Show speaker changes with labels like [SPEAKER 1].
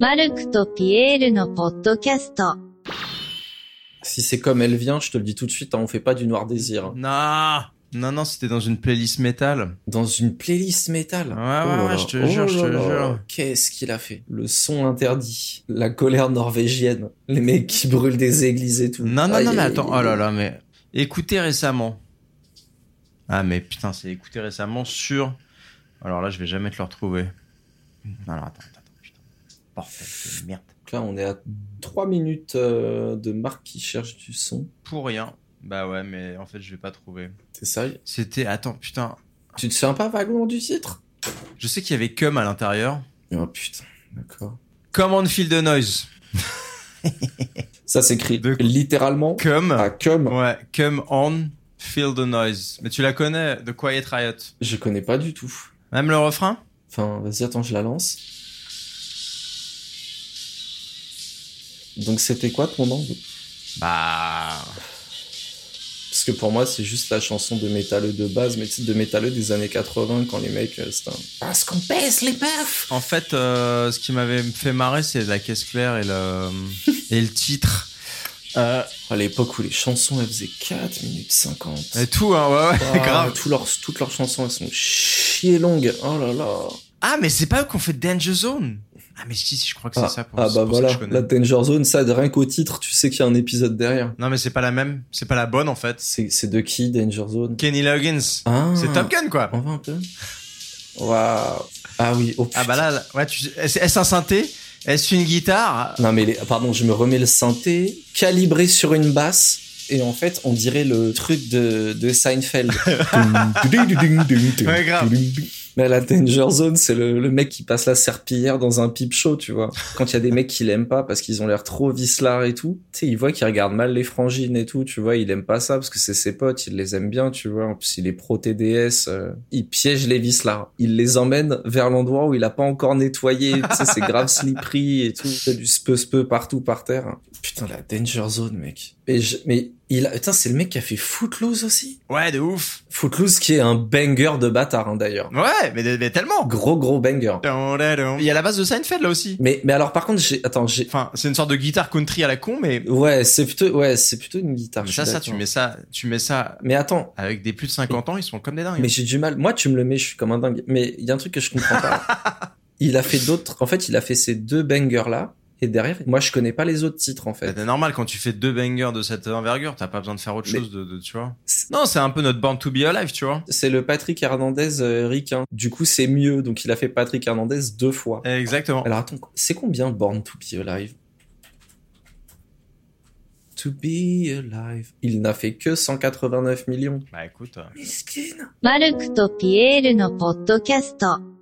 [SPEAKER 1] マルクとピエールのポッドキャスト。
[SPEAKER 2] Si c'est comme elle vient, je te le dis tout de suite, hein, on fait pas du noir désir. hein.
[SPEAKER 3] Non, non, non, c'était dans une playlist métal.
[SPEAKER 2] Dans une playlist métal. Oh
[SPEAKER 3] Ouais, ouais, ouais, je te jure, je te jure.
[SPEAKER 2] Qu'est-ce qu'il a fait Le son interdit, la colère norvégienne, les mecs qui brûlent des églises et tout.
[SPEAKER 3] Non, non,
[SPEAKER 2] Aïe,
[SPEAKER 3] non, mais
[SPEAKER 2] aïe,
[SPEAKER 3] attends,
[SPEAKER 2] aïe.
[SPEAKER 3] oh là là, mais écoutez récemment. Ah, mais putain, c'est écouté récemment sur. Alors là, je vais jamais te le retrouver. Alors attends, attends, attends, putain. Bordel de merde.
[SPEAKER 2] Donc là, on est à 3 minutes euh, de Marc qui cherche du son.
[SPEAKER 3] Pour rien. Bah ouais, mais en fait, je vais pas trouver.
[SPEAKER 2] T'es sérieux
[SPEAKER 3] C'était. Attends, putain.
[SPEAKER 2] Tu te souviens pas vaguement du titre
[SPEAKER 3] Je sais qu'il y avait Cum à l'intérieur.
[SPEAKER 2] Oh putain, d'accord.
[SPEAKER 3] Command Field the Noise.
[SPEAKER 2] Ça s'écrit
[SPEAKER 3] De-
[SPEAKER 2] littéralement
[SPEAKER 3] Cum.
[SPEAKER 2] à comme.
[SPEAKER 3] Ouais, Cum on Feel the Noise. Mais tu la connais, The Quiet Riot.
[SPEAKER 2] Je connais pas du tout.
[SPEAKER 3] Même le refrain
[SPEAKER 2] Enfin, vas-y, attends, je la lance. Donc c'était quoi ton angle
[SPEAKER 3] Bah.
[SPEAKER 2] Parce que pour moi, c'est juste la chanson de métalleux de base, mais tu sais, de métalleux des années 80, quand les mecs, euh, c'était un... Parce qu'on pèse les meufs
[SPEAKER 3] En fait, euh, ce qui m'avait fait marrer, c'est la caisse claire et le, et le titre. Euh,
[SPEAKER 2] Ah, À l'époque où les chansons, elles faisaient 4 minutes 50.
[SPEAKER 3] et tout, hein, ouais, ouais,
[SPEAKER 2] Ah,
[SPEAKER 3] grave.
[SPEAKER 2] tous leurs- toutes leurs chansons, elles sont chier longues. Oh là là.
[SPEAKER 3] Ah, mais c'est pas eux qu'on fait Danger Zone Ah, mais si, si, je crois que c'est
[SPEAKER 2] Ah,
[SPEAKER 3] ça pour,
[SPEAKER 2] ah,
[SPEAKER 3] c'est
[SPEAKER 2] bah
[SPEAKER 3] pour
[SPEAKER 2] voilà,
[SPEAKER 3] ça que je connais.
[SPEAKER 2] la Danger Zone, ça, rien qu'au titre, tu sais qu'il y a un épisode derrière.
[SPEAKER 3] Non, mais c'est pas la même, c'est pas la bonne en fait.
[SPEAKER 2] C'est c'est de qui, Danger Zone
[SPEAKER 3] Kenny Loggins,
[SPEAKER 2] Ah.
[SPEAKER 3] c'est Top Gun quoi.
[SPEAKER 2] On va un peu Waouh Ah oui, oh
[SPEAKER 3] Ah, bah là, là, ouais, tu... est-ce est-ce un synthé Est-ce une guitare
[SPEAKER 2] putain. Non mais, les- pardon, je me remets le synthé, calibré sur une basse, et en fait, on dirait le truc de, de Seinfeld.
[SPEAKER 3] Ouais, grave.
[SPEAKER 2] Mais la Danger Zone, c'est le, le mec qui passe la serpillière dans un pipe show, tu vois. Quand il y a des mecs qui l'aiment pas parce qu'ils ont l'air trop vicelards et tout, tu sais, il voit qu'il regarde mal les frangines et tout, tu vois, il aime pas ça parce que c'est ses potes, il les aime bien, tu vois. En plus, il est pro-TDS, euh, il piège les vicelards. Il les emmène vers l'endroit où il a pas encore nettoyé, tu sais, c'est grave slippery et tout. Il y a du speu-speu partout par terre. Putain, la Danger Zone, mec. Mais, je- mais il a, putain, c'est le mec qui a fait Footloose aussi.
[SPEAKER 3] Ouais, de ouf.
[SPEAKER 2] Footloose qui est un banger de bâtard, hein, d'ailleurs.
[SPEAKER 3] Ouais, mais, mais tellement.
[SPEAKER 2] Gros gros banger.
[SPEAKER 3] Il y a la base de Seinfeld là aussi.
[SPEAKER 2] Mais, mais alors par contre, j'ai, attends, j'ai,
[SPEAKER 3] Enfin, c'est une sorte de guitare country à la con, mais.
[SPEAKER 2] ouais, c'est plutôt, ouais, c'est plutôt une guitare.
[SPEAKER 3] Mais
[SPEAKER 2] Ah, je
[SPEAKER 3] ça,
[SPEAKER 2] suis
[SPEAKER 3] ça, tu
[SPEAKER 2] d'accord.
[SPEAKER 3] mets ça, tu mets ça
[SPEAKER 2] Mais attends,
[SPEAKER 3] avec des plus de 50 ans, ils sont comme des dingues.
[SPEAKER 2] mais j'ai du mal. Moi, tu me le mets, je suis comme un dingue. Mais il y a un truc que je comprends pas. il a fait d'autres, en fait, il a fait ces deux bangers là. Et derrière, moi, je connais pas les autres titres, en
[SPEAKER 3] Bah,
[SPEAKER 2] fait.
[SPEAKER 3] C'est normal quand tu fais deux bangers de cette envergure, t'as pas besoin de faire autre chose, de, de- tu vois.
[SPEAKER 2] C'est-
[SPEAKER 3] Non, c'est un peu notre Born to Be Alive, tu vois.
[SPEAKER 2] C'est le Patrick Hernandez euh, ricain. Du coup, c'est mieux. Donc, il a fait Patrick Hernandez deux fois.
[SPEAKER 3] Exactement.
[SPEAKER 2] Alors, attends, c'est combien Born to be alive? To be alive. Il n'a fait que 189 millions.
[SPEAKER 3] Bah écoute. euh,
[SPEAKER 2] Miskine.
[SPEAKER 1] マルクとピエールのポッドキャスト。